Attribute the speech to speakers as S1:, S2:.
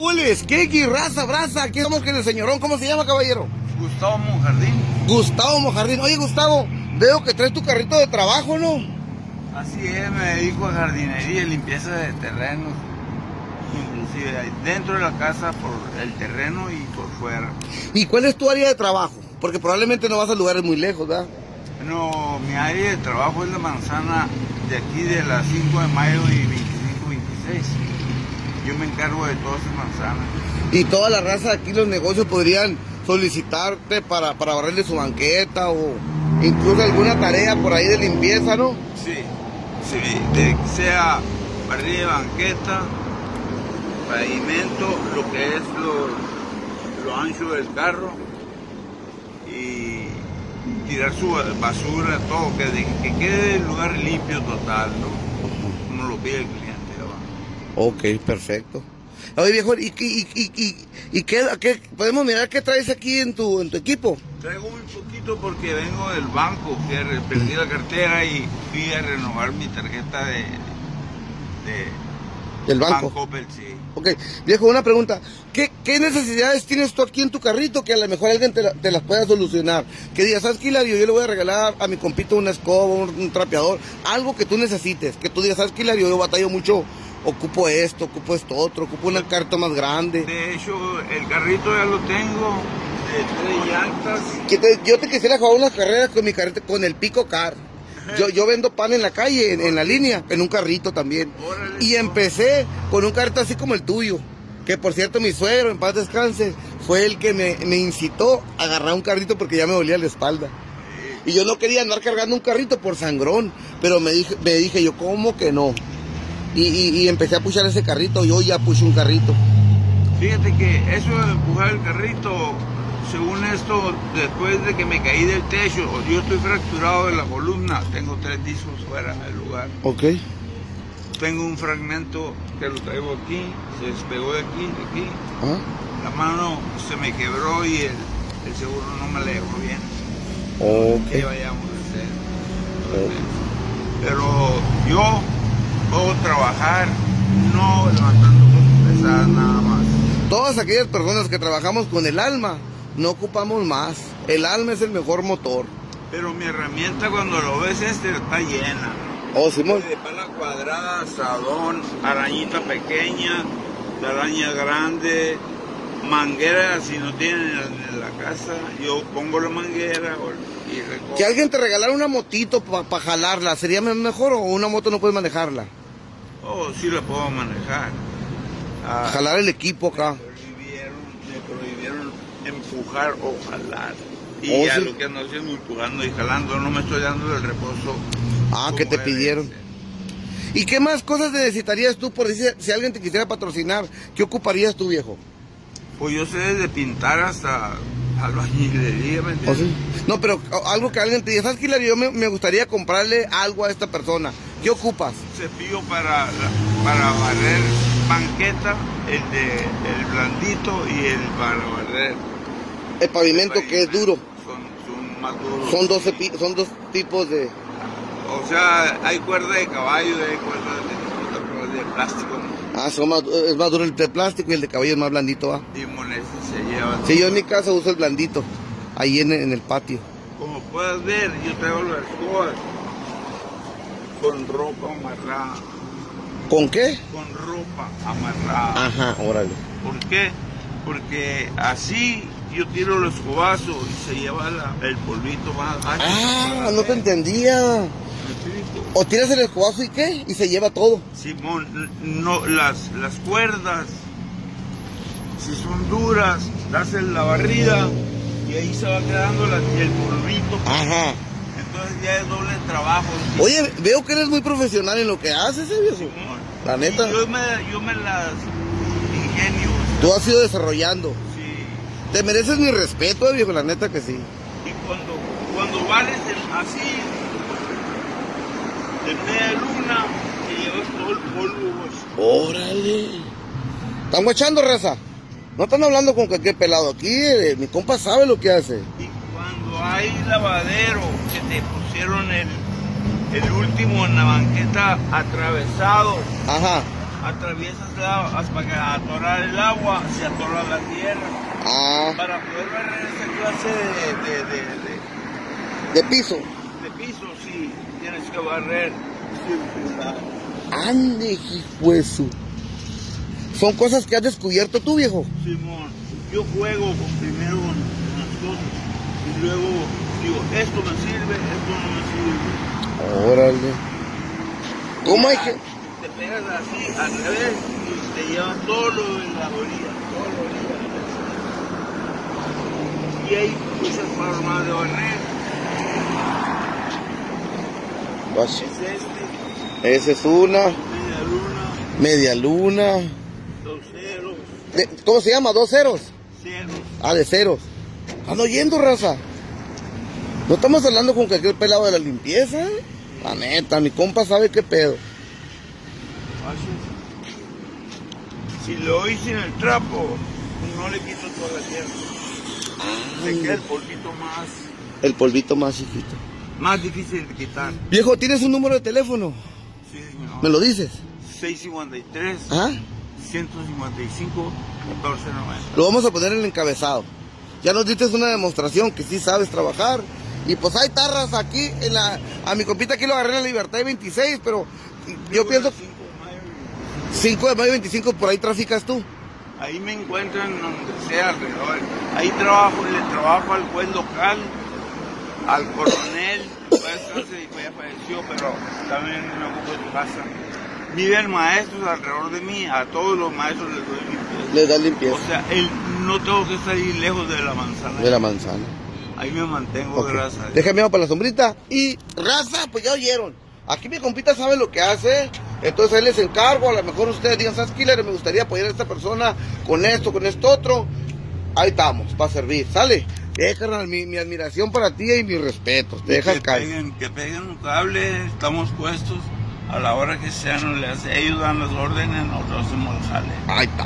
S1: Hules, Keki, raza, raza, aquí estamos con el señorón, ¿cómo se llama caballero?
S2: Gustavo Monjardín.
S1: Gustavo Mojardín, oye Gustavo, veo que traes tu carrito de trabajo, ¿no?
S2: Así es, me dedico a jardinería y limpieza de terrenos. Inclusive ahí dentro de la casa, por el terreno y por fuera.
S1: ¿Y cuál es tu área de trabajo? Porque probablemente no vas a lugares muy lejos, ¿verdad?
S2: No, mi área de trabajo es la manzana de aquí de las 5 de mayo y 25-26. Yo me encargo de todas esas manzanas.
S1: Y toda la raza de aquí, los negocios podrían solicitarte para, para barrerle su banqueta o incluso alguna tarea por ahí de limpieza, ¿no?
S2: Sí, sí, de que sea barril de banqueta, pavimento, lo que es lo, lo ancho del carro y tirar su basura, todo, que, de- que quede el lugar limpio total, ¿no? Como lo pide el cliente. ¿va?
S1: Ok, perfecto. Oye viejo, ¿y, qué- y, y, y- y qué, qué- podemos mirar qué traes aquí en tu, en tu equipo?
S2: Traigo muy poquito porque vengo del banco, que re- perdí la cartera y fui a renovar mi tarjeta de, de
S1: Del banco.
S2: Bancoppel, sí.
S1: Ok, viejo, una pregunta. ¿Qué, qué necesidades tienes tú aquí en tu carrito que a lo mejor alguien te, la- te las pueda solucionar? Que digas, ¿sabes qué, Hilario? Yo le voy a regalar a mi compito una escoba, un, un trapeador, algo que tú necesites. Que tú digas, ¿sabes qué, Hilario? Yo batallo mucho, ocupo esto, ocupo esto otro, ocupo una carta más grande.
S2: De hecho, el carrito ya lo tengo de tres llantas.
S1: Que te- yo te quisiera jugar unas carreras con mi carrito, con el Pico Car. Yo, yo vendo pan en la calle, en, en la línea, en un carrito también.
S2: Órale,
S1: Y
S2: no.
S1: empecé con un carrito así como el tuyo. Que por cierto, mi suegro, en paz descanse, fue el que me, me incitó a agarrar un carrito porque ya me dolía la espalda. Y yo no quería andar cargando un carrito por sangrón. Pero me dije, me dije yo, ¿cómo que no? Y, y- y empecé a puchar ese carrito. Yo ya puse un carrito.
S2: Fíjate que eso de empujar el carrito, según esto, después de que me caí del techo, yo estoy fracturado de la columna, tengo tres discos fuera del lugar.
S1: Ok.
S2: Tengo un fragmento que lo traigo aquí, se despegó de aquí, de aquí.
S1: Ah,
S2: La mano se me quebró y el, el seguro no me le dejó bien. ¿Qué
S1: ok.
S2: vayamos a hacer? Pero yo puedo trabajar no levantando cosas pesadas nada más.
S1: Todas aquellas personas que trabajamos con el alma, no ocupamos más. El alma es el mejor motor.
S2: Pero mi herramienta cuando lo ves este está llena.
S1: Oh, Simón.
S2: De pala cuadrada, asadón, arañita pequeña, la araña grande, manguera si no tienen en en la casa, yo pongo la manguera o- y recojo.
S1: Que alguien te regalara una motito para jalarla, ¿sería me- mejor o una moto no puedes manejarla?
S2: Oh, sí la puedo manejar. Ah,
S1: Jalar el equipo acá.
S2: me prohibieron, me prohibieron empujar o jalar. Y
S1: Oh,
S2: a
S1: sí.
S2: lo que ando haciendo empujando y jalando, no me estoy dando el reposo.
S1: Ah, que te
S2: como debe
S1: pidieron.
S2: ser.
S1: ¿Y qué más cosas necesitarías tú por decir, si alguien te quisiera patrocinar, qué ocuparías tú, viejo?
S2: Pues yo sé desde pintar hasta albañilería, ¿me entiendes?
S1: ¿O Oh, sí? No, pero o- algo que alguien te diga, ¿sabes qué, Hilario? Yo me, me gustaría comprarle algo a esta persona. ¿Qué ocupas?
S2: Cepillo para, la- para barrer banqueta, el de el blandito y el para barrer.
S1: El pavimento que es duro.
S2: Son, son más duros.
S1: Son dos, cepi- son dos tipos de...
S2: O sea, hay cuerda de caballo y hay cuerda de- otra cuerda de, plástico. ¿no?
S1: Ah, son más, es más duro el de plástico y el de cabello es más blandito, ¿va?
S2: Y molesta, se lleva.
S1: Sí, yo en mi casa uso el blandito, ahí en- en el patio.
S2: Como puedes ver, yo traigo las escobas con ropa amarrada.
S1: ¿Con qué?
S2: Con ropa amarrada.
S1: Ajá, órale.
S2: ¿Por qué? Porque así yo tiro los cobazos y se lleva la- el polvito más ancho.
S1: Ah, no te entendía.
S2: ¿Me explico?
S1: O tiras el escobazo y qué, y se lleva todo.
S2: Simón, no, las, las cuerdas, si son duras, das en la barrida y ahí se va quedando la- el polvito.
S1: Ajá.
S2: Entonces ya es doble trabajo.
S1: Oye, veo que eres muy profesional en lo que haces, eh, viejo.
S2: Simón.
S1: la neta.
S2: Y Yo me, yo me las ingenio.
S1: Tú has ido desarrollando.
S2: Sí.
S1: Te mereces mi respeto, eh, viejo, la neta que sí.
S2: Y cuando, cuando vales el- así, de media luna, te llevas todo el polvo. güey.
S1: Órale. Estamos echando raza. No están hablando con cualquier pelado aquí, eh, mi compa sabe lo que hace.
S2: Y cuando hay lavadero, que te pusieron el, el último en la banqueta atravesado,
S1: Ajá.
S2: atraviesas la, hasta que atorar el agua, se atora la tierra.
S1: Ah,
S2: Para poder barrer esa clase de, de- de- de-
S1: de piso.
S2: de piso, sí, tienes que barrer. siempre la-
S1: Ande, hijo de su. Son cosas que has descubierto tú, viejo.
S2: Simón, yo juego con- primero con con las cosas y luego digo, esto me sirve, esto no me sirve.
S1: Órale. ¿Cómo hay que.?
S2: Ah, Te pegas así, al revés, y te llevan todo lo de la orilla, todo lo de la orilla. Y hay muchas formas de barrer,
S1: Vas.
S2: es este,
S1: Esa es una. Media
S2: media luna,
S1: luna.
S2: dos ceros,
S1: De- ¿Cómo se llama? ¿Dos ceros?
S2: ceros.
S1: Ah, de ceros. Están oyendo, raza. No estamos hablando con cualquier pelado de la limpieza. ¿eh? La neta, mi compa sabe qué pedo.
S2: Así. Si lo hice en el trapo, no le quito toda la tierra. Se queda el polvito más,
S1: El polvito más chiquito.
S2: más difícil de quitar.
S1: Viejo, ¿tienes un número de teléfono?
S2: Sí,
S1: ¿Me
S2: señor.
S1: lo dices?
S2: 653,
S1: ¿Ah?
S2: 155, 1490.
S1: Lo vamos a poner en el encabezado. Ya nos diste una demostración que sí sabes trabajar. Y pues hay tarras aquí en la. A mi compita aquí lo agarré en la Libertad de 26, pero yo pienso
S2: 5 de mayo.
S1: 5 de mayo 25 por ahí traficas tú.
S2: Ahí me encuentran donde sea alrededor. Ahí trabajo, le trabajo al juez local, al coronel, pues, no sé, pues, ya falleció, pero también me ocupo de su casa. Viven maestros alrededor de mí, a todos los maestros les doy mi
S1: Le das
S2: pie. O
S1: limpieza
S2: sea, él, no tengo que salir lejos de la manzana.
S1: de la manzana.
S2: Ahí me mantengo,
S1: Ok.
S2: gracias. a Dios.
S1: Déjame ir para la sombrita. Y raza, pues ya oyeron. Aquí mi compita sabe lo que hace. Entonces él les encargo. A lo mejor ustedes digan, ¿sabes, Killer? Me gustaría apoyar a esta persona con esto, con esto otro. Ahí estamos, para servir. Sale. Eh, carnal, mi, mi admiración para ti y mis respetos. Te dejas
S2: que
S1: caer.
S2: peguen, que peguen un cable, estamos puestos. A la hora que sea, no le hace. Ellos dan las órdenes, nosotros hacemos el jale.
S1: Ahí está.